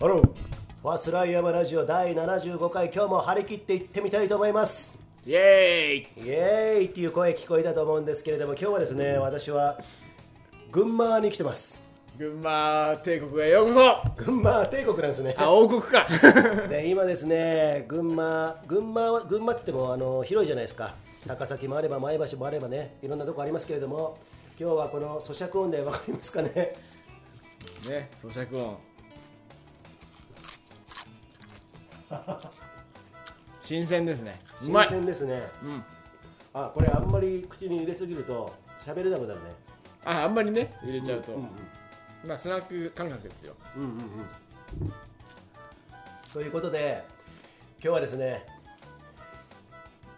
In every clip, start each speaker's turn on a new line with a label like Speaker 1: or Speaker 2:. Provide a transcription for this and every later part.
Speaker 1: ハローファスライヤマラジオ第75回今日も張り切っていってみたいと思います
Speaker 2: イエーイ
Speaker 1: イエーイっていう声聞こえたと思うんですけれども今日はですね私は群馬に来てます
Speaker 2: 群馬帝国へようこそ
Speaker 1: 群馬帝国なんですね
Speaker 2: あ王国か
Speaker 1: ね今ですね群馬群馬は群馬っつってもあの広いじゃないですか高崎もあれば前橋もあればねいろんなとこありますけれども今日はこの咀嚼音でわかりますかね
Speaker 2: ね咀嚼音 新鮮ですねう
Speaker 1: 新
Speaker 2: まい
Speaker 1: 鮮ですね
Speaker 2: うん
Speaker 1: あこれあんまり口に入れすぎると喋れなくなるね
Speaker 2: ああんまりね入れちゃうと、まあスナック感覚ですよ
Speaker 1: うんうんうんということで今日はですね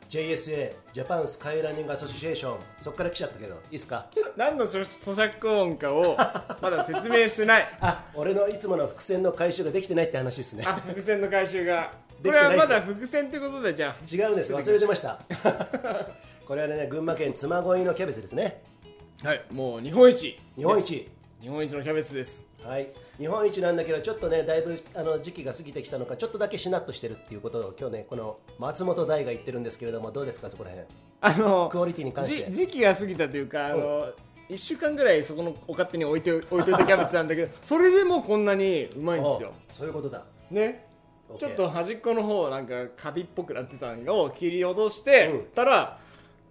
Speaker 1: JSA ジャパンスカイランニングアソシエーションそこから来ちゃったけどいいですか
Speaker 2: 何の咀咀嚼音か をまだ説明してない
Speaker 1: あ俺のいつもの伏線の回収ができてないって話ですね
Speaker 2: あ伏線の回収が
Speaker 1: で
Speaker 2: こ
Speaker 1: きて
Speaker 2: れ
Speaker 1: ない
Speaker 2: はまだ伏線ってことでじゃ
Speaker 1: 違うんです忘れてました これはね群馬県嬬恋のキャベツですね
Speaker 2: あはいもう日本一
Speaker 1: 日本
Speaker 2: です
Speaker 1: 一
Speaker 2: 日本一のキャベツです
Speaker 1: はい日本一なんだけどちょっとねだいぶあの時期が過ぎてきたのかちょっとだけしなっとしてるっていうことを今日ねこの松本大が言ってるんですけれどもどうですかそこら辺
Speaker 2: あの
Speaker 1: クオリティに関して
Speaker 2: じ時期が過ぎたというかあの、一1週間ぐらいそこのお勝手に置いて置いといたキャベツなんだけどそれでもこんなにうまいんですよ
Speaker 1: おそういうことだ
Speaker 2: ね
Speaker 1: OK
Speaker 2: ちょっと端っこの方なんかカビっぽくなってたのを切り落として、
Speaker 1: うん
Speaker 2: たら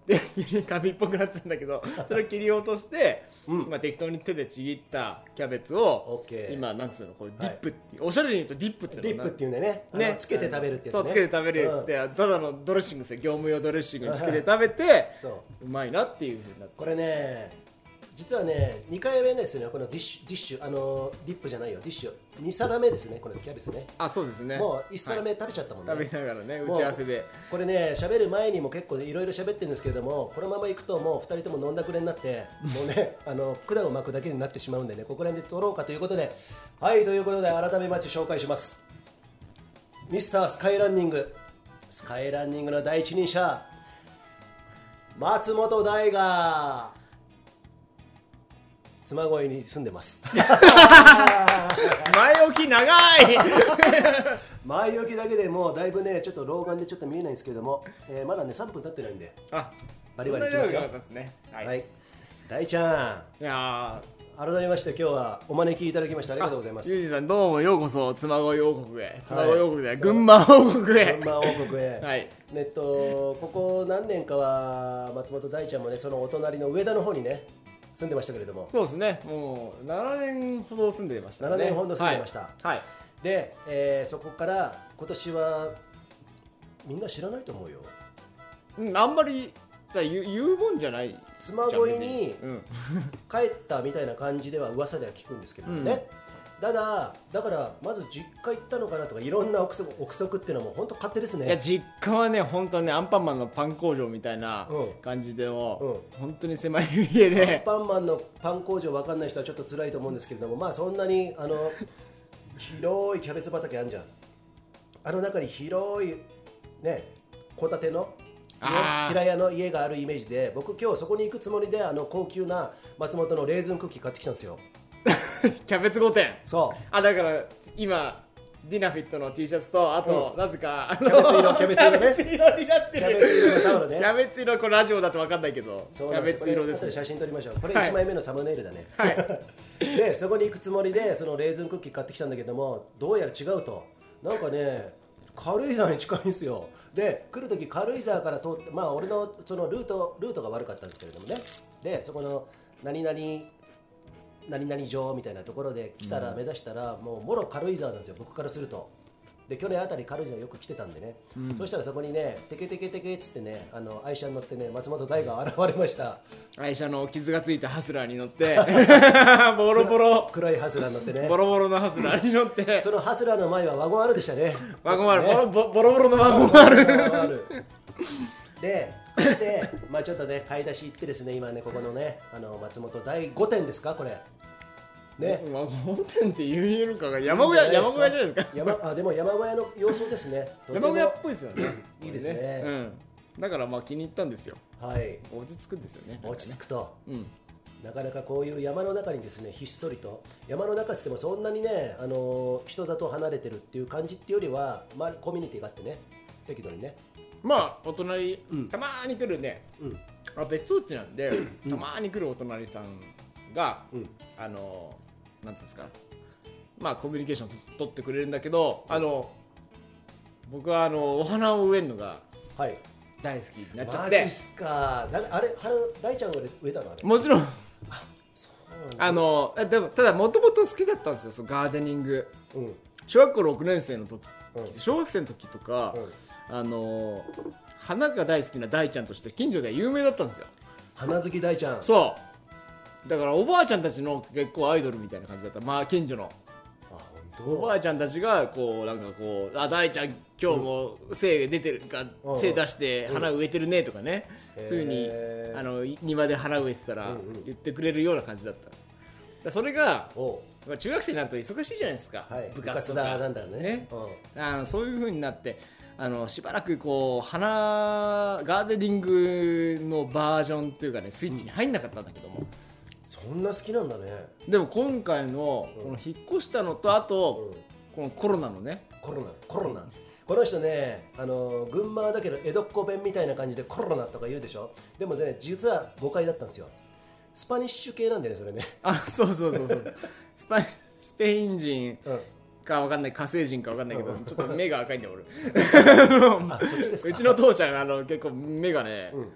Speaker 2: でカビっぽくなってたんだけどそれを切り落として、今適当に手でちぎったキャベツを、
Speaker 1: OK
Speaker 2: 今なんつうのこれディップっていう、おしゃれに言うとディップっていう
Speaker 1: デ
Speaker 2: の
Speaker 1: ィ
Speaker 2: か
Speaker 1: ッ
Speaker 2: な
Speaker 1: プっていうんだよねあの
Speaker 2: ね、
Speaker 1: つけて食べるってやつね
Speaker 2: そうつけて食べる
Speaker 1: うん
Speaker 2: って、ただのドレッシングですよ業務用ドレッシングにつけて食べて
Speaker 1: そう
Speaker 2: まいなっていうふうになって
Speaker 1: これね実はね2回目ですねこのディッシュディッシュあのディップじゃないよディッシュ2皿目ですねこのキャベツね
Speaker 2: あそうですね
Speaker 1: もう1皿目食べちゃったもんね、
Speaker 2: はい食べながらね
Speaker 1: もう
Speaker 2: 打ち合わせで
Speaker 1: これね喋る前にも結構いろいろ喋ってるんですけれどもこのまま行くともう2人とも飲んだくれになってもうね あの管を巻くだけになってしまうんでねここら辺で取ろうかということではいということで改めまして紹介しますミスタースカイランニングスカイランニングの第一人者松本大が妻恋に住んで ます
Speaker 2: 前置き長い
Speaker 1: 前置きだけでもうだいぶねちょっと老眼でちょっと見えないんですけれども、えーまだね3分経ってないんで
Speaker 2: あ
Speaker 1: バリバリいきますよ
Speaker 2: そんな長くなかったですねは、
Speaker 1: はいい、
Speaker 2: い、
Speaker 1: 大ちゃ
Speaker 2: やー
Speaker 1: ん改めまして今日はお招きいただきましてありがとうございま
Speaker 2: ゆう
Speaker 1: す
Speaker 2: じさんどうもようこそ妻恋王国へ妻恋王国で、
Speaker 1: はい
Speaker 2: 群馬王国へ
Speaker 1: 群馬王国へ、
Speaker 2: はい
Speaker 1: えっとここ何年かは松本大ちゃんもねそのお隣の上田の方にね住んでましたけれども
Speaker 2: そうですねもう7年ほど住んでましたね
Speaker 1: 7年ほど住んでました
Speaker 2: はい、はい
Speaker 1: で、えーそこから今年はみんな知らないと思うよ
Speaker 2: うん、あんまりだ言う言うもんじゃない
Speaker 1: 妻恋に
Speaker 2: うん、
Speaker 1: 帰ったみたいな感じでは噂では聞くんですけどね、ただだからまず実家行ったのかなとかいろんな憶測憶測っていうのはもう本当勝手ですね
Speaker 2: いや実家はね本当ねアンパンマンのパン工場みたいな
Speaker 1: うん
Speaker 2: 感じでも、
Speaker 1: う
Speaker 2: 本当に狭い家で
Speaker 1: パンマンのパン工場わかんない人はちょっと辛いと思うんですけれどもまあそんなにあの広いキャベツ畑あるじゃんあの中に広いね戸建ての
Speaker 2: あー
Speaker 1: 家平屋の家があるイメージで僕今日そこに行くつもりであの高級な松本のレーズンクッキー買ってきたんですよ
Speaker 2: キャベツ御殿
Speaker 1: そう
Speaker 2: あだから今ディナフィットの T シャツとあと、なぜかキ
Speaker 1: ャベツ色キャベツ色ね
Speaker 2: になって
Speaker 1: キ
Speaker 2: る
Speaker 1: ャベツ色のタオル
Speaker 2: キ
Speaker 1: ね
Speaker 2: ャベツ色これラジオだと分かんないけどキ
Speaker 1: そうな
Speaker 2: ャ
Speaker 1: んで
Speaker 2: ベ
Speaker 1: す
Speaker 2: ツ色で
Speaker 1: これ後です写
Speaker 2: ね
Speaker 1: 真撮りましょうこれ
Speaker 2: はい
Speaker 1: 1枚目のサムネイルだね、
Speaker 2: はい
Speaker 1: でそこに行くつもりでそのレーズンクッキー買ってきたんだけどもどうやら違うとなんかね軽井沢に近いんですよで来る時軽井沢から通ってまあ俺のそのルートルートが悪かったんですけれどもねでそこの何々何々城みたいなところで来たら目指したら、もうもろ軽井沢なんですよ僕からするとで去年あたり軽井沢よく来てたんでね、そしたらそこにねテケテケテケっつってねあの愛車に乗ってね松本大が現れました
Speaker 2: 愛車の傷がついたハスラーに乗って ボロボロ
Speaker 1: 黒いハスラーに乗ってね
Speaker 2: ボロボロのハスラーに乗って
Speaker 1: そのハスラーの前はワゴンあるでしたね。
Speaker 2: ワゴンある、
Speaker 1: ね
Speaker 2: ボロボロボロのワゴンある
Speaker 1: ワゴンあ るで、そして、まあちょっとね、買い出し行ってですね、今ね、ここのね、あの松本第5店ですか、これ。ね。
Speaker 2: ワゴン店って言えるかが山小屋山小屋じゃないですか
Speaker 1: 山あでも山小屋の様相ですね。とても
Speaker 2: 山小屋っぽいですよね
Speaker 1: いいですね
Speaker 2: これうん、だからまあ気に入ったんですよ
Speaker 1: はい。
Speaker 2: 落ち着くんですよね
Speaker 1: 落ち着くと。
Speaker 2: うん
Speaker 1: なかなかこういう山の中にですねひっそりと山の中って言ってもそんなにねあの人里離れてるっていう感じっていうよりは、まあ、コミュニティがあってね適度にね
Speaker 2: まあお隣、
Speaker 1: うん
Speaker 2: たまーに来るね
Speaker 1: うん
Speaker 2: あ別荘地なんで、たまーに来るお隣さんが、
Speaker 1: うん
Speaker 2: あのなんていうんですかまあコミュニケーションと取ってくれるんだけど、あの僕はあのお花を植えるのが
Speaker 1: はい
Speaker 2: 大好きになっちゃ
Speaker 1: マ
Speaker 2: っ
Speaker 1: ジ
Speaker 2: て
Speaker 1: っすかなあれあれ大ちゃんが植えたのあれ
Speaker 2: もちろん
Speaker 1: そうなんだ
Speaker 2: あのあでもただもともと好きだったんですよそのガーデニング
Speaker 1: うん
Speaker 2: 小学校6年生の時、
Speaker 1: うん
Speaker 2: 小学生の時とか、
Speaker 1: うん
Speaker 2: あの花が大好きな大ちゃんとして近所では有名だったんですよ
Speaker 1: 花好き大ちゃん
Speaker 2: そうだからおばあちゃんたちの結構アイドルみたいな感じだったまあ近所の
Speaker 1: あ
Speaker 2: おば
Speaker 1: 本
Speaker 2: あちゃんたちがこうなんかこう「あ大ちゃん今日も精出てるか、
Speaker 1: うん
Speaker 2: 精出して花植えてるね」とかね、
Speaker 1: へー
Speaker 2: そういうふうにあの庭で花植えてた
Speaker 1: う
Speaker 2: ら
Speaker 1: んうん
Speaker 2: 言ってくれるような感じだった、だからそれが
Speaker 1: 当お
Speaker 2: まあ中学生になると忙しいじゃないですか、
Speaker 1: うはい
Speaker 2: 部活とか
Speaker 1: だなんだねうん、
Speaker 2: あのそういうふうになってあのしばらくこう花ガーデニングのバージョンというかねスイッチに入んなかったんだけども、
Speaker 1: そんな好きなんだね
Speaker 2: でも今回のこの引っ越したのとあと、このコロナのね
Speaker 1: コロナコロナこの人ねあの群馬だけど江戸っ子弁みたいな感じでコロナとか言うでしょでもね実は誤解だったんですよスパニッシュ系なんだよねそれね、
Speaker 2: あそうそうそうそう スパイスペイン人
Speaker 1: うん、
Speaker 2: かわかんない火星人かわかんないけど、
Speaker 1: うん
Speaker 2: ちょっと目が赤いんだよ俺
Speaker 1: あそっちですか
Speaker 2: うちの父ちゃんあの結構目がね、
Speaker 1: うん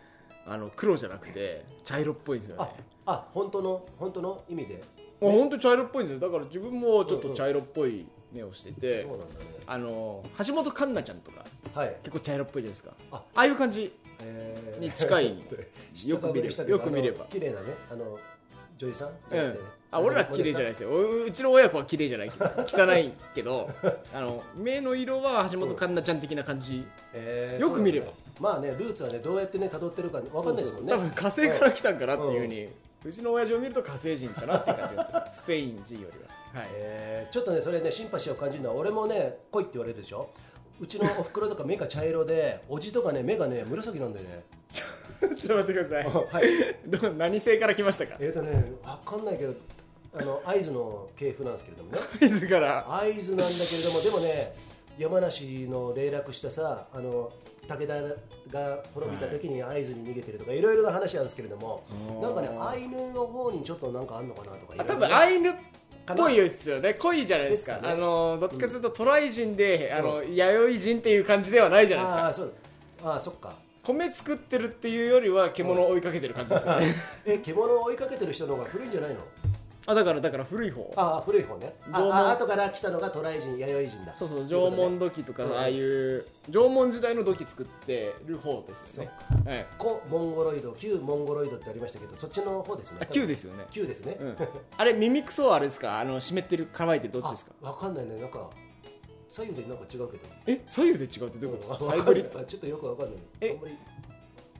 Speaker 2: あの黒じゃなくて茶色っぽいんですよね
Speaker 1: ああ本当の本当の意味で
Speaker 2: もう本当茶色っぽいんですよだから自分もちょっと茶色っぽい目をしてて、
Speaker 1: そうなんだね
Speaker 2: あの橋本環奈ちゃんとか
Speaker 1: はい
Speaker 2: 結構茶色っぽいじゃないですか
Speaker 1: あ
Speaker 2: ああいう感じ
Speaker 1: え
Speaker 2: に近いよく見ればよく見れば
Speaker 1: 綺麗なねあの女優さん
Speaker 2: う
Speaker 1: じゃなく
Speaker 2: ん
Speaker 1: てね、
Speaker 2: あ俺ら綺麗じゃな
Speaker 1: い
Speaker 2: いですよううちの親子は綺麗じゃないけど汚いけどあの目の色は橋本環奈ちゃん的な感じ、よく見れば
Speaker 1: まあねルーツはねどうやってね辿ってるかわかんないですもんね
Speaker 2: 多分火星から来たんかなっていうふうに、うちの親父を見ると火星人かなっていう感じですよスペイン人よりは、はい、
Speaker 1: えーちょっとねそれねシンパシーを感じるのは俺もね来いって言われるでしょうちのおふくろとか目が茶色でおじとかね目がね紫なんだよね
Speaker 2: ちょっと待ってください
Speaker 1: はい
Speaker 2: どう何星から来ましたか
Speaker 1: えっ、とねわかんないけどあの会津の系譜なんですけれどもね
Speaker 2: 自ら
Speaker 1: 会津なんだけれどもでもね山梨の霊落したさあの武田が滅びた時に会津に逃げてるとか、い、ろいろな話なんですけれども
Speaker 2: ー
Speaker 1: なんかねアイヌの方にちょっとなんかあんのかなとか
Speaker 2: あ多
Speaker 1: いろい
Speaker 2: 分
Speaker 1: ろね
Speaker 2: アイヌっぽいですよね濃いじゃないですか
Speaker 1: ですかね
Speaker 2: あのどっちかというとトライ人で、あの弥生人っていう感じではないじゃないです
Speaker 1: あ
Speaker 2: か
Speaker 1: ーそうあーそっ か
Speaker 2: 米作ってるっていうよりは獣を追いかけてる感じですよね
Speaker 1: え獣を追いかけてる人の方が古いんじゃないの
Speaker 2: あだからだから古い方
Speaker 1: ああ古い方ねあ
Speaker 2: 縄文
Speaker 1: あ後から来たのが渡来人弥生人だ
Speaker 2: そうそ
Speaker 1: と
Speaker 2: う
Speaker 1: いう
Speaker 2: 縄
Speaker 1: ことね
Speaker 2: 文土器とか
Speaker 1: うん
Speaker 2: ああいう縄文時代の土器作ってる方ですよねはい
Speaker 1: 古モンゴロイド旧モンゴロイドってありましたけどそっちの方ですね
Speaker 2: あ旧ですよね
Speaker 1: 旧ですね、
Speaker 2: うんあれ耳くそはあれですかあの湿ってる乾いてるどっちですか
Speaker 1: あわかんないねなんか左右でなんか違うけど
Speaker 2: え左右で違うってどういうこと
Speaker 1: わ
Speaker 2: ハイ
Speaker 1: かん
Speaker 2: ブ
Speaker 1: な
Speaker 2: リ
Speaker 1: い
Speaker 2: ッド
Speaker 1: ちょっとよくわかんない
Speaker 2: え
Speaker 1: あんまり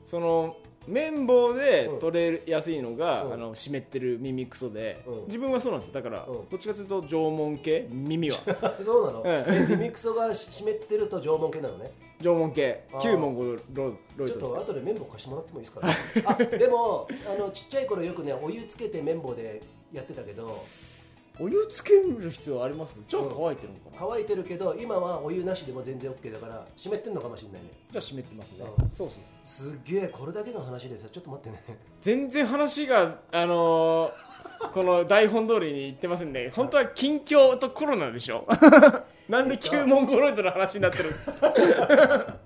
Speaker 2: その綿棒で
Speaker 1: うん
Speaker 2: 取れやすいのが、
Speaker 1: うん
Speaker 2: あの湿ってる耳くそで、
Speaker 1: うん
Speaker 2: 自分はそうなんですよだから、
Speaker 1: うん
Speaker 2: どっちかというと縄文系耳 は
Speaker 1: そうなの、
Speaker 2: え
Speaker 1: え耳くそが湿ってると縄文系なのね
Speaker 2: 縄文系
Speaker 1: あー
Speaker 2: 旧モンゴロロロイ
Speaker 1: ち
Speaker 2: ド
Speaker 1: ょっ
Speaker 2: です
Speaker 1: と
Speaker 2: よ
Speaker 1: 後で綿棒貸してもらってもいいですか、ね、 あでもあのちっちゃい頃よくねお湯つけて綿棒でやってたけど
Speaker 2: お湯つける必要ありますじゃあ乾いてるのかな、
Speaker 1: 乾いてるけど今はお湯なしでも全然 OK だから湿ってんのかもしれないね
Speaker 2: じゃあ湿ってます
Speaker 1: う
Speaker 2: ね、
Speaker 1: ん
Speaker 2: そうそう
Speaker 1: すっげえこれだけの話でさちょっと待ってね
Speaker 2: 全然話があのーこの台本通りにいってませんね本当は近況とコロナでし ょなんで旧モンゴロイドの話になってるんですか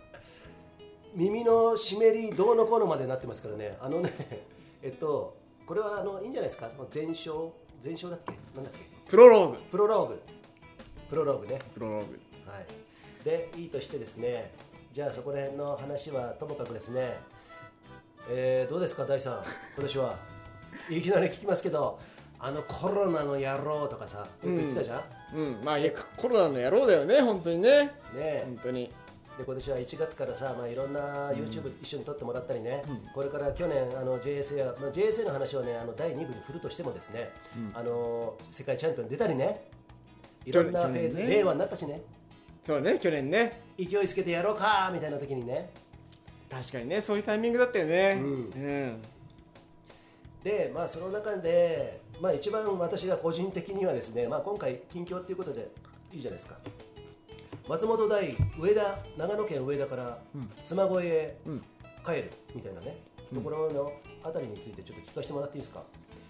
Speaker 1: 耳の湿りどうのこうのまでなってますからねあのね えっとこれはあのいいんじゃないですか全焼全焼だっけなんだっけ
Speaker 2: プロローグ
Speaker 1: プロローグプロローグね
Speaker 2: プロローグ
Speaker 1: はいでいいとしてですねじゃあそこら辺の話はともかくですねえーどうですか大さん今年 はいきなり聞きますけどあのコロナの野郎とかさよく言ってたじゃん、
Speaker 2: うんまあいやコロナの野郎だよね本当にね
Speaker 1: ねえ、
Speaker 2: 本当に
Speaker 1: で今年は1月からさ、まあ、いろんな YouTube 一緒に撮ってもらったりね、これから去年あの JSA は、まあ、JSA の話をねあの第2部に振るとしてもですね、あの世界チャンピオン出たりねいろんなフ
Speaker 2: 去年
Speaker 1: ェーズ、
Speaker 2: 去年ね
Speaker 1: 令和になったしね
Speaker 2: そうね去年ね
Speaker 1: 勢いつけてやろうかみたいな時にね
Speaker 2: 確かにねそういうタイミングだったよね
Speaker 1: うん
Speaker 2: うん、
Speaker 1: ででまあその中で、まあ、一番私が個人的にはですね、まあ、今回近況っていうことでいいじゃないですか松本大上田長野県上田から
Speaker 2: うん
Speaker 1: 妻越へ
Speaker 2: うん
Speaker 1: 帰るみたいなね、ところのあたりについてちょっと聞かせてもらっていいですか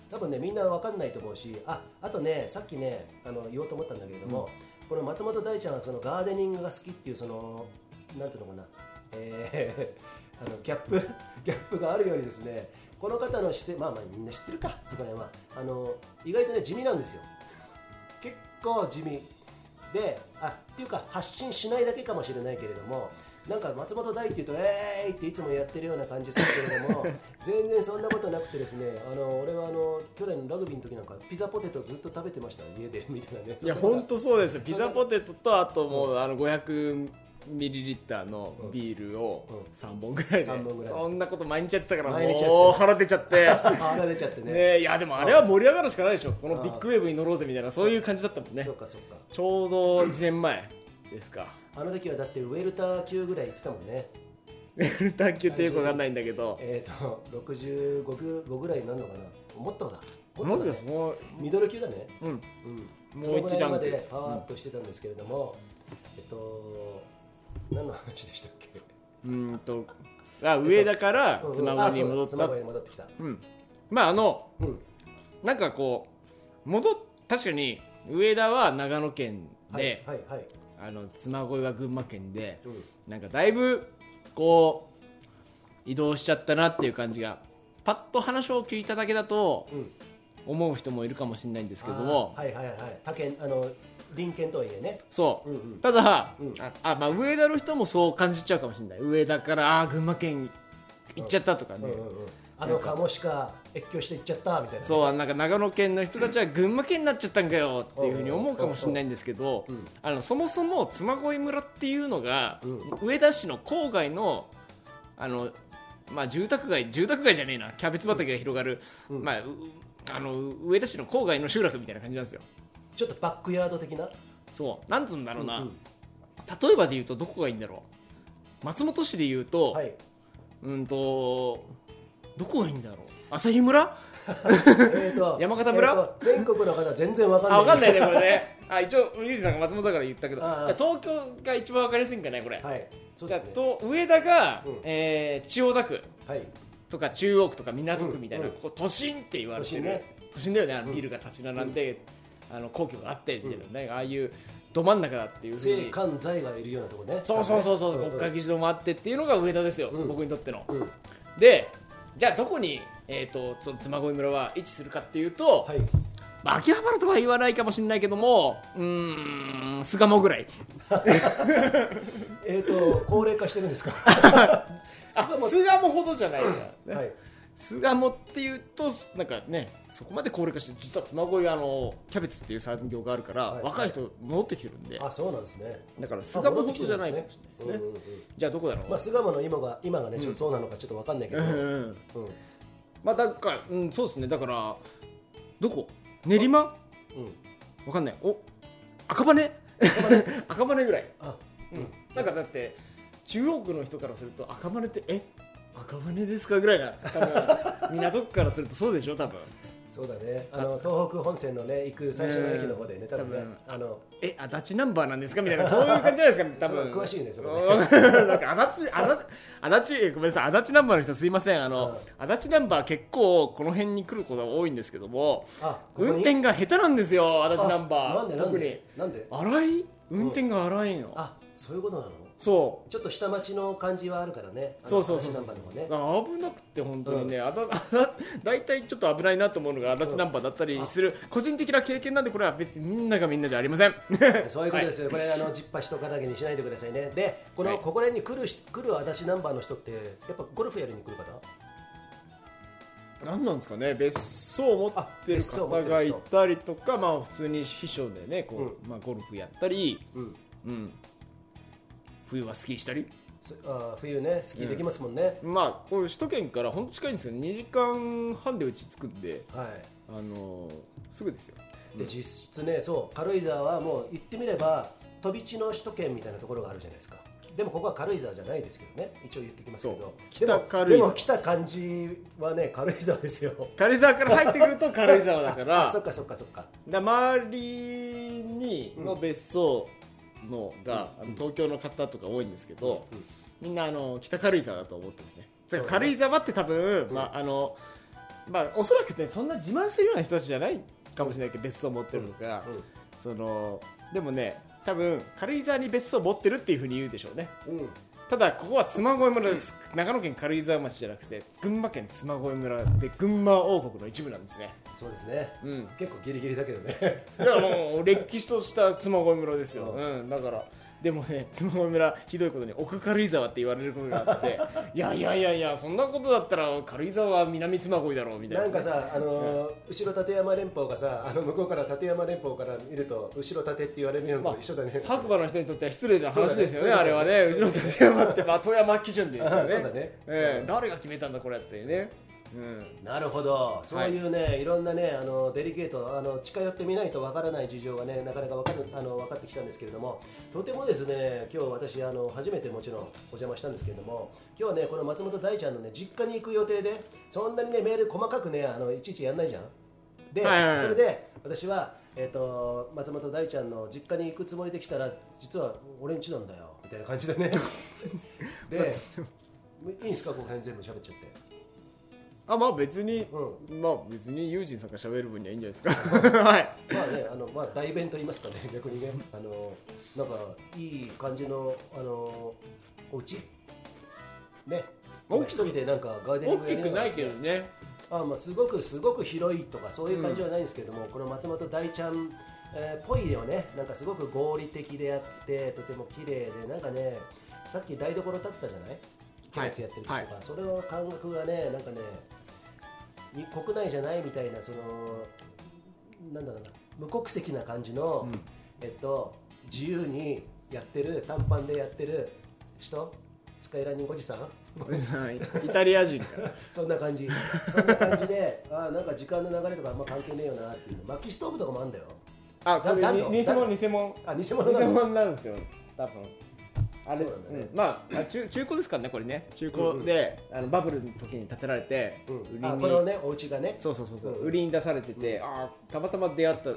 Speaker 1: 多分ねみんなわかんないと思うしああとねさっきねあの言おうと思ったんだけれども、この松本大ちゃんはそのガーデニングが好きっていうそのなんていうのかな、えー あのギャップギャップがあるようにですねこの方の姿勢まあまあみんな知ってるかそこら辺はあの意外とね地味なんですよ結構地味であっていうか発信しないだけかもしれないけれどもなんか松本大っていうと「えーい!」っていつもやってるような感じするけれども全然そんなことなくてですねあの俺はあの去年のラグビーの時なんかピザポテトずっと食べてました家でみたいなね
Speaker 2: いや本当そうですよピザポテトとあともう、あの500ミリリッターのビールを
Speaker 1: うん
Speaker 2: 3本ぐらいで、
Speaker 1: 三本ぐらい
Speaker 2: そんなこと毎日やってたから
Speaker 1: 毎日やってた
Speaker 2: もう腹出ちゃって
Speaker 1: あられちゃってね
Speaker 2: ねいやでもあれは盛り上がるしかないでしょこのビッグウェーブに乗ろうぜみたいなそういう感じだったもんね
Speaker 1: そうかそうか
Speaker 2: ちょうど1年前ですか
Speaker 1: あの時はだってウェルター級ぐらい行ってたもんね
Speaker 2: ウェルター級ってよくわかんないんだけど
Speaker 1: えっ、ー、と65ぐ5ぐらいになるのかなもっとだも
Speaker 2: も
Speaker 1: っとだ、ね、
Speaker 2: もう
Speaker 1: ミドル級だね
Speaker 2: うん
Speaker 1: うん、
Speaker 2: もう
Speaker 1: その
Speaker 2: 一
Speaker 1: ぐらい
Speaker 2: ラ
Speaker 1: ま
Speaker 2: ンク
Speaker 1: でパワーアップしてたんですけれども、えっと何の話でしたっけ
Speaker 2: うーんとあ上だから妻
Speaker 1: うんあ
Speaker 2: 子に戻っ
Speaker 1: そう妻
Speaker 2: た
Speaker 1: 子に戻ってきた
Speaker 2: うんまああの
Speaker 1: うん
Speaker 2: なんかこう戻っ確かに上田は長野県
Speaker 1: はい
Speaker 2: で、
Speaker 1: はいはい
Speaker 2: あの妻恋は群馬県で
Speaker 1: うん
Speaker 2: なんかだいぶこう移動しちゃったなっていう感じがパッと話を聞いただけだと
Speaker 1: うん
Speaker 2: 思う人もいるかもしれないんですけども、
Speaker 1: あーはいはいはい他県あの隣県とはいえね
Speaker 2: そう、
Speaker 1: うんうん
Speaker 2: ただ、
Speaker 1: うん
Speaker 2: ああまあ、上田の人もそう感じちゃうかもしれない上田からあー群馬県行っちゃったとか
Speaker 1: うん
Speaker 2: ね、
Speaker 1: うんうんあのカモシカ越境して行っちゃったみたいなう
Speaker 2: そうなんか長野県の人たちは群馬県になっちゃったんかよっていうふうに思うかもしれないんですけど、
Speaker 1: うん
Speaker 2: あのそもそも嬬恋村っていうのが、
Speaker 1: う
Speaker 2: 上田市の郊外のあの、まあ、住宅街住宅街じゃねえなキャベツ畑が広がる、
Speaker 1: ん
Speaker 2: まあ、うあの上田市の郊外の集落みたいな感じなんですよ。
Speaker 1: ちょっとバックヤード的な
Speaker 2: そうなんつうんだろうな、
Speaker 1: うんうん
Speaker 2: 例えばで言うとどこがいいんだろう松本市で言うと、
Speaker 1: はい
Speaker 2: うんとどこがいいんだろう朝日村
Speaker 1: えーと
Speaker 2: 山形村
Speaker 1: えーと全国の方全然わかんない
Speaker 2: あ、わかんないね、これね。 あ、一応、ユージさんが松本だから言ったけど、じ
Speaker 1: ああ
Speaker 2: ゃあ東京が一番わかりやすいんかね、これ。
Speaker 1: はいそう
Speaker 2: じゃ
Speaker 1: で
Speaker 2: あ
Speaker 1: すね
Speaker 2: と上田が、
Speaker 1: うん
Speaker 2: えー千代田区
Speaker 1: はい
Speaker 2: とか中央区とか港区みたいな、
Speaker 1: うんうん
Speaker 2: こう都心って言われてる
Speaker 1: 都心
Speaker 2: 都心,、
Speaker 1: ね
Speaker 2: だよねあのビルが立ち並んで、あの皇居があってみたいな、ねああいうど真ん中だっていうふう
Speaker 1: 税
Speaker 2: に
Speaker 1: 関財がいるようなとこね
Speaker 2: そうそうそうそう、
Speaker 1: んん
Speaker 2: 国会議事堂もあってっていうのが上田ですよ、
Speaker 1: うん
Speaker 2: 僕にとっての、
Speaker 1: うんは
Speaker 2: でじゃあどこに、えー、とその嬬恋村は位置するかっていうと、
Speaker 1: い
Speaker 2: まあ、秋葉原とは言わないかもしれないけどもうーん巣鴨ぐらい
Speaker 1: えー、と高齢化してるんです か巣
Speaker 2: あ
Speaker 1: 鴨
Speaker 2: 巣鴨ほどじゃないな、
Speaker 1: は
Speaker 2: ね
Speaker 1: い、
Speaker 2: 巣鴨っていうとなんかねそこまで高齢化して実は妻恋あのキャベツっていう産業があるから、
Speaker 1: はい
Speaker 2: 若い人戻ってきてるんで
Speaker 1: あそうなんですね
Speaker 2: だから巣鴨ほどじゃないかもしれない
Speaker 1: う
Speaker 2: ですね、
Speaker 1: んうんうん
Speaker 2: じゃあどこだろう、
Speaker 1: まあ、巣鴨の今が今がね、ちょっとそうなのかちょっとわかんないけど、うん
Speaker 2: うんまあだから、うん、そうですねだからどこ練馬わ
Speaker 1: うん
Speaker 2: かんないお赤羽赤羽ぐらい
Speaker 1: あ
Speaker 2: なんかだって中央区の人からすると赤羽ってえ赤羽ですかぐらいな多分港区からするとそうでしょ多分
Speaker 1: そうだねあの東北本線のね行く最初の駅の方でね多分ね
Speaker 2: 多分
Speaker 1: あの
Speaker 2: え足立ナンバーなんですかみ たいなそういう感じじゃないですか多分
Speaker 1: そう詳しいねそれね
Speaker 2: うん なんか足立足立足立ごめんなさい足立ナンバーの人すいませんあの、足立ナンバー結構この辺に来ることが多いんですけども
Speaker 1: あここに
Speaker 2: 運転が下手なんですよ足立ナン
Speaker 1: あ
Speaker 2: バー
Speaker 1: なんでなん
Speaker 2: 特に
Speaker 1: でなんで
Speaker 2: 荒い運転が荒いの、
Speaker 1: あそういうことなの
Speaker 2: そう
Speaker 1: ちょっと下町の感じはあるからねあの
Speaker 2: そうそうそう
Speaker 1: 足立
Speaker 2: そう
Speaker 1: ナンバーの方ね
Speaker 2: あ危なくて本当にね、あだ あだ大体ちょっと危ないなと思うのが足立ナンバーだったりする、個人的な経験なんでこれは別にみんながみんなじゃありませ ん
Speaker 1: そういうことですよ、これあのジッパしとかなげにしないでくださいねでこの、
Speaker 2: はい
Speaker 1: ここら辺に来るし来る足立ナンバーの人ってやっぱゴルフやりに来る方
Speaker 2: 何なんですかね別荘を持ってる方がいたりとかまあ普通に秘書でねこう、まあ、ゴルフやったり、
Speaker 1: うん
Speaker 2: うん、冬はスキーしたり
Speaker 1: すあー冬ねスキーできますもんね、
Speaker 2: まあこういう首都圏から本当近いんですよ2時間半でうち着くんで、
Speaker 1: は
Speaker 2: あのーすぐですよ
Speaker 1: いで実質ねそう軽井沢はもう言ってみれば飛び地の首都圏みたいなところがあるじゃないですかでもここは軽井沢じゃないですけどね一応言ってきますけど
Speaker 2: そう北軽井沢
Speaker 1: でもでも来た感じはね軽井沢ですよ
Speaker 2: 軽井沢から入ってくると軽井沢だか
Speaker 1: あ
Speaker 2: ら
Speaker 1: そっかそっかそっか
Speaker 2: だ周りにの別荘のが、あの東京の方とか多いんですけど、
Speaker 1: うん
Speaker 2: みんなあの北軽井沢だと思ってますねだから
Speaker 1: そうだね
Speaker 2: 軽井沢って多分、まああのまあおそらくねそんな自慢するような人たちじゃないかもしれないけど別荘持ってるのか、そのでもね多分軽井沢に別荘持ってるっていうふうに言うでしょうね
Speaker 1: うん、うん、
Speaker 2: ただここは妻恋村です長野県軽井沢町じゃなくて群馬県妻恋村で群馬王国の一部なんですね
Speaker 1: そうですね
Speaker 2: うん
Speaker 1: 結構ギリギリだけどね
Speaker 2: だからもうれっきとした妻恋村ですよ、
Speaker 1: う
Speaker 2: うん、だからでもね妻恋村ひどいことに奥軽井沢って言われることがあって いやいやいやいやそんなことだったら軽井沢は南妻恋だろうみたいな、
Speaker 1: なんかさあのー後ろ立山連峰がさあの向こうから立山連峰から見ると後ろ立てって言われるのと一緒だね、
Speaker 2: 白馬の人にとっては失礼な
Speaker 1: そう
Speaker 2: 話
Speaker 1: だね
Speaker 2: ですよね、
Speaker 1: そう
Speaker 2: あ
Speaker 1: だ
Speaker 2: れ
Speaker 1: ね
Speaker 2: はね、後ろ立山って、まあ、富山基準ですよ ね、
Speaker 1: そうだね
Speaker 2: ええ誰が決めたんだ、これっ てね、うん、
Speaker 1: なるほどそういうね、い、ろんなねあのデリケートあの近寄ってみないとわからない事情がねなかなかわかるあの分かってきたんですけれどもとてもですね今日私あの初めてもちろんお邪魔したんですけれども今日はねこの松本大ちゃんのね実家に行く予定でそんなにねメール細かくねあのいちいちやんないじゃんで、
Speaker 2: はいはいはい
Speaker 1: それで私は、えっと松本大ちゃんの実家に行くつもりで来たら実は俺ん家なんだよみたいな感じで ねでいいんですかこの辺全部喋っちゃって。
Speaker 2: あ、まあ別に、
Speaker 1: う
Speaker 2: まあ別に、友人さんが喋る分にはいいんじゃないですか、はい、
Speaker 1: まあね、あのまあ代弁と言いますかね、逆にね、あのなんかいい感じのあのお家ね、
Speaker 2: 大
Speaker 1: 一
Speaker 2: きく
Speaker 1: 人でなんかガーデニ
Speaker 2: 大
Speaker 1: ングや
Speaker 2: き
Speaker 1: り
Speaker 2: く
Speaker 1: なが
Speaker 2: な
Speaker 1: ら
Speaker 2: いけどね、
Speaker 1: あまあすごくすごく広いとかそういう感じはないんですけども、この松本大ちゃんえーっぽいよね、なんかすごく合理的であってとても綺麗でなんかね、さっき台所立ってたじゃない？キャベツやってる時とか、
Speaker 2: はい
Speaker 1: それの感覚がね、なんかね、に国内じゃないみたいなそのなんだろうな無国籍な感じの、
Speaker 2: うん
Speaker 1: えっと自由にやってる短パンでやってる人スカイランニングおじさん
Speaker 2: おじさんイタリア人から、
Speaker 1: そんな感じそんな感じで あーなんか時間の流れとかあんま関係ねえよなっていう薪ストーブとかもあんだよ
Speaker 2: あ、こ
Speaker 1: だ
Speaker 2: れ、
Speaker 1: 誰
Speaker 2: に偽物、偽物。
Speaker 1: あ偽
Speaker 2: 偽
Speaker 1: 物なの
Speaker 2: 物なんですよ多分あれ
Speaker 1: そうなんだね
Speaker 2: うんまああ中中古ですからねこれね中古で、あのバブルの時に建てられて、
Speaker 1: うん、
Speaker 2: 売
Speaker 1: あ
Speaker 2: り
Speaker 1: これを
Speaker 2: に、
Speaker 1: ねお家がね
Speaker 2: そうそうそうそう
Speaker 1: うん
Speaker 2: 売りに出されてて、ああたまたま出会った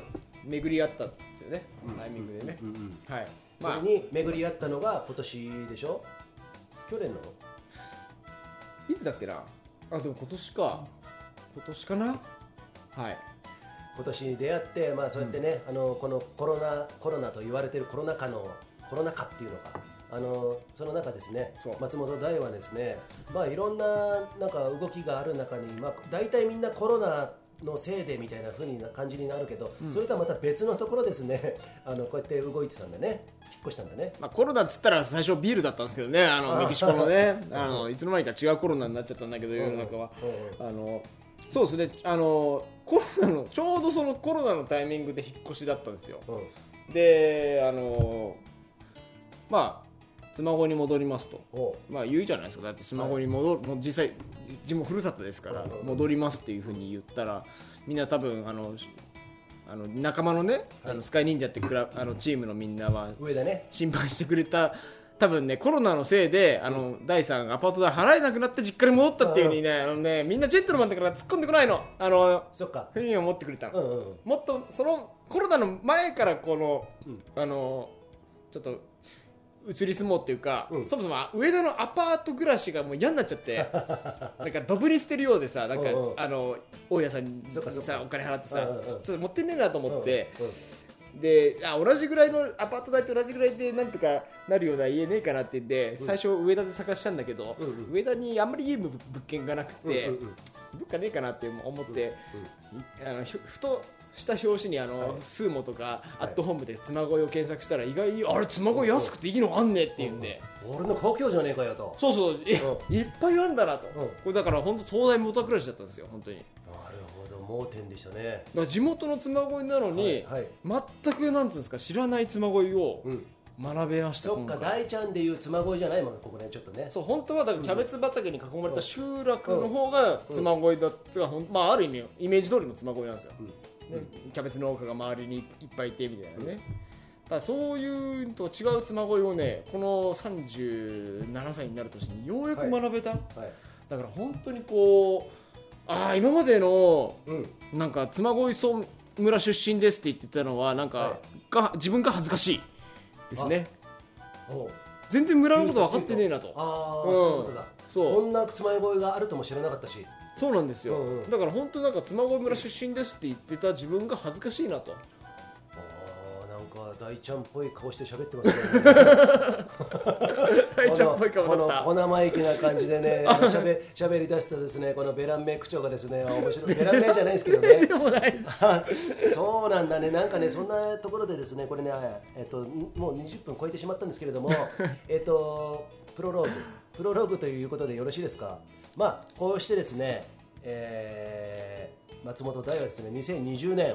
Speaker 2: 巡り合ったんですよね、タイミングでね、はいまあ
Speaker 1: それに巡り合ったのが今年でしょ去年の
Speaker 2: いつだっけなあでも今年か今年かなはい
Speaker 1: 今年に出会って、まあ、そうやってね、あのこのコロナコロナと言われてるコロナ禍のコロナ禍っていうのかあのその中ですね
Speaker 2: そう
Speaker 1: 松本大はですね、まあ、いろんななんか動きがある中に、まあ、大体みんなコロナのせいでみたいな風にな感じになるけど、それとはまた別のところですね あのこうやって動いてたんだね引っ越したんだね
Speaker 2: まあ、コロナっつったら最初ビールだったんですけどねあの
Speaker 1: あ
Speaker 2: メキシコ のねあのいつの間にか違うコロナになっちゃったんだけど世の中は、
Speaker 1: うん
Speaker 2: あのそうですねあのコロナのちょうどそのコロナのタイミングで引っ越しだったんですよ
Speaker 1: うん
Speaker 2: であのまあスマホに戻りますと
Speaker 1: おう
Speaker 2: まあ言うじゃないですかだってスマホに戻る、もう実際地元ふるさとですから
Speaker 1: うん
Speaker 2: 戻りますっていうふうに言ったらみんな多分あのしあの仲間のね、あのスカイ忍者ってクラあのチームのみんなは
Speaker 1: 上だね
Speaker 2: 心配してくれた多分ねコロナのせいであの、第3アパート代払えなくなって実家に戻ったっていうふうにね,、あのねみんなジェントルマンだから突っ込んでこないのあの
Speaker 1: そっか
Speaker 2: ふうに思ってくれたの、
Speaker 1: うんうんうん
Speaker 2: もっとそのコロナの前からこの、
Speaker 1: うん
Speaker 2: あのちょっと移り住もうっていうか、
Speaker 1: うん
Speaker 2: そもそも上田のアパート暮らしがもう嫌になっちゃって なんかドブに捨てるようでさなんか、
Speaker 1: うんうん
Speaker 2: あの大家さんに
Speaker 1: そっかそっか
Speaker 2: さお金払ってさ、
Speaker 1: うんうんうん
Speaker 2: ちょっと持ってんねえなと思って。
Speaker 1: うんうん
Speaker 2: であ同じぐらいのアパート代と同じぐらいでなんとかなるような家ねえかなって言って、
Speaker 1: うん
Speaker 2: 最初上田で探したんだけど、
Speaker 1: うんうん
Speaker 2: 上田にあんまりいい物件がなくて、
Speaker 1: うんうんうん
Speaker 2: どっかねえかなって思って、
Speaker 1: うん
Speaker 2: あのひふとした表紙にあの、
Speaker 1: はい
Speaker 2: スーモとか、
Speaker 1: はい
Speaker 2: アットホームで妻恋を検索したら意外にあれ妻恋安くていいのあんねって言うんで、
Speaker 1: 俺の故郷じゃねえかよと
Speaker 2: そうそうえ
Speaker 1: う
Speaker 2: いっぱいあんだなと、
Speaker 1: うん
Speaker 2: これだから本当東大元暮らしだったんですよ本当にだか
Speaker 1: なるほど盲点でしたね
Speaker 2: ら地元の妻恋なのに、
Speaker 1: はいはい
Speaker 2: 全くなんていうんですか知らない妻恋を
Speaker 1: うん
Speaker 2: 学べました、
Speaker 1: そっか
Speaker 2: 今回
Speaker 1: 大ちゃんでいう妻恋じゃないもんここねちょっとね
Speaker 2: そう本当はだからキャベツ畑に囲まれた集落の方が妻恋だってか、ほんまあ、ある意味イメージ通りの妻恋なんですよ、
Speaker 1: うん
Speaker 2: ねキャベツ農家が周りにいっぱいいてみたいなね、からそういうのと違うつま恋をねこの37歳になる年にようやく学べた、
Speaker 1: はい
Speaker 2: だから本当にこうああ今までの
Speaker 1: うん、
Speaker 2: なんか妻恋村村出身ですって言ってたのはなんか、
Speaker 1: は
Speaker 2: が自分が恥ずかしいですね
Speaker 1: おう
Speaker 2: 全然村のこと分かってねえなと
Speaker 1: ああ、
Speaker 2: うん
Speaker 1: そういうことだこ
Speaker 2: そうん
Speaker 1: なつまよ声があるとも知らなかったし
Speaker 2: そうなんですよ、
Speaker 1: うんうん
Speaker 2: だから本当なんか妻恋村出身ですって言ってた自分が恥ずかしいなと
Speaker 1: あーなんか大ちゃんっぽい顔して喋ってますね
Speaker 2: 大ちゃんっぽい顔だっ
Speaker 1: こ
Speaker 2: た
Speaker 1: のこの小生意気な感じでねしゃべしゃべり出すとですねこのベランメイク長がですねあ面白いベランメイじゃないですけどね
Speaker 2: でもない
Speaker 1: そうなんだね、なんかね、そんなところでですね、これね、えっと、にもう20分超えてしまったんですけれど も、えっと、プロローグ、プロローグということでよろしいですか、まあ、こうしてですね、えー松本大はですね、2020年、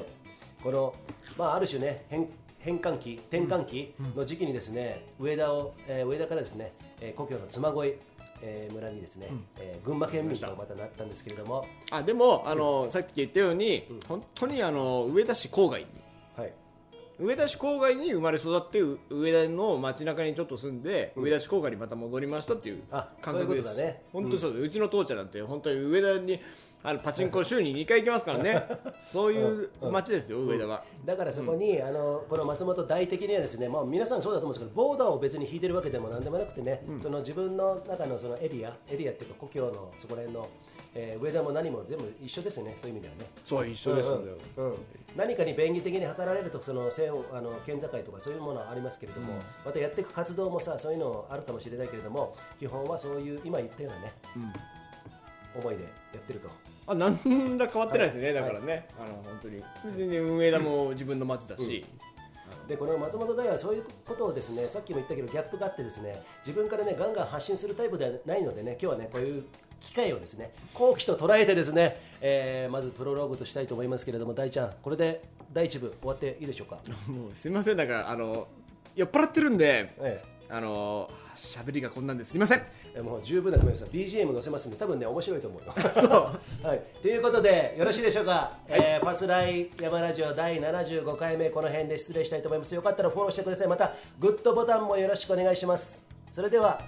Speaker 1: この、まあ、ある種ね、変変換期、転換期の時期にですね、上田を、えー上田からですね、えー故郷の妻恋、えー村にですね、えー群馬県民とまたなったんですけれども、
Speaker 2: あでもあのさっき言ったように、本当にあの上田市郊外
Speaker 1: はい、
Speaker 2: 上田市郊外に生まれ育ってう上田の街中にちょっと住んで、上田市郊外にまた戻りましたっていう
Speaker 1: あ
Speaker 2: 感覚です
Speaker 1: そういうことだね
Speaker 2: 本当にそうです、うちの父ちゃんなんて本当に上田にあのパチンコ週に2回行きますか らねそういう街ですよ、上田は、
Speaker 1: だからそこに、あのこの松本大的にはですね、まあ、皆さんそうだと思うんですけどボーダーを別に引いてるわけでも何でもなくてね、その自分の中のそのエリアエリアっていうか故郷のそこら辺の、えー上田も何も全部一緒ですよねそういう意味ではね。
Speaker 2: そう一緒ですんだよ、
Speaker 1: うんうん何かに便宜的に測られるとその線をあの県境とかそういうものはありますけれども、またやっていく活動もさそういうのあるかもしれないけれども基本はそういう今言ったようなね、思いでやってると。
Speaker 2: あ何ら変わってないですね、
Speaker 1: はい
Speaker 2: だからね、あの本当に全然上田も自分の街だし、
Speaker 1: でこの松本大はそういうことをですねさっきも言ったけどギャップがあってですね自分からねガンガン発信するタイプではないのでね今日はねこういう機会をですね好機と捉えてですね、えーまずプロローグとしたいと思いますけれども大ちゃんこれで第一部終わっていいでしょうか、
Speaker 2: もうすみませんなんかあの酔っ払ってるんで
Speaker 1: え
Speaker 2: あの喋りがこんなんですみません
Speaker 1: えもう十分だと思います BGM 載せますんで多分ね面白いと思うよ
Speaker 2: そう
Speaker 1: はい、ということでよろしいでしょうか、えーパスライ山ラジオ第75回目この辺で失礼したいと思いますよかったらフォローしてくださいまたグッドボタンもよろしくお願いしますそれでは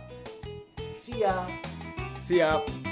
Speaker 1: See ya!
Speaker 2: See ya.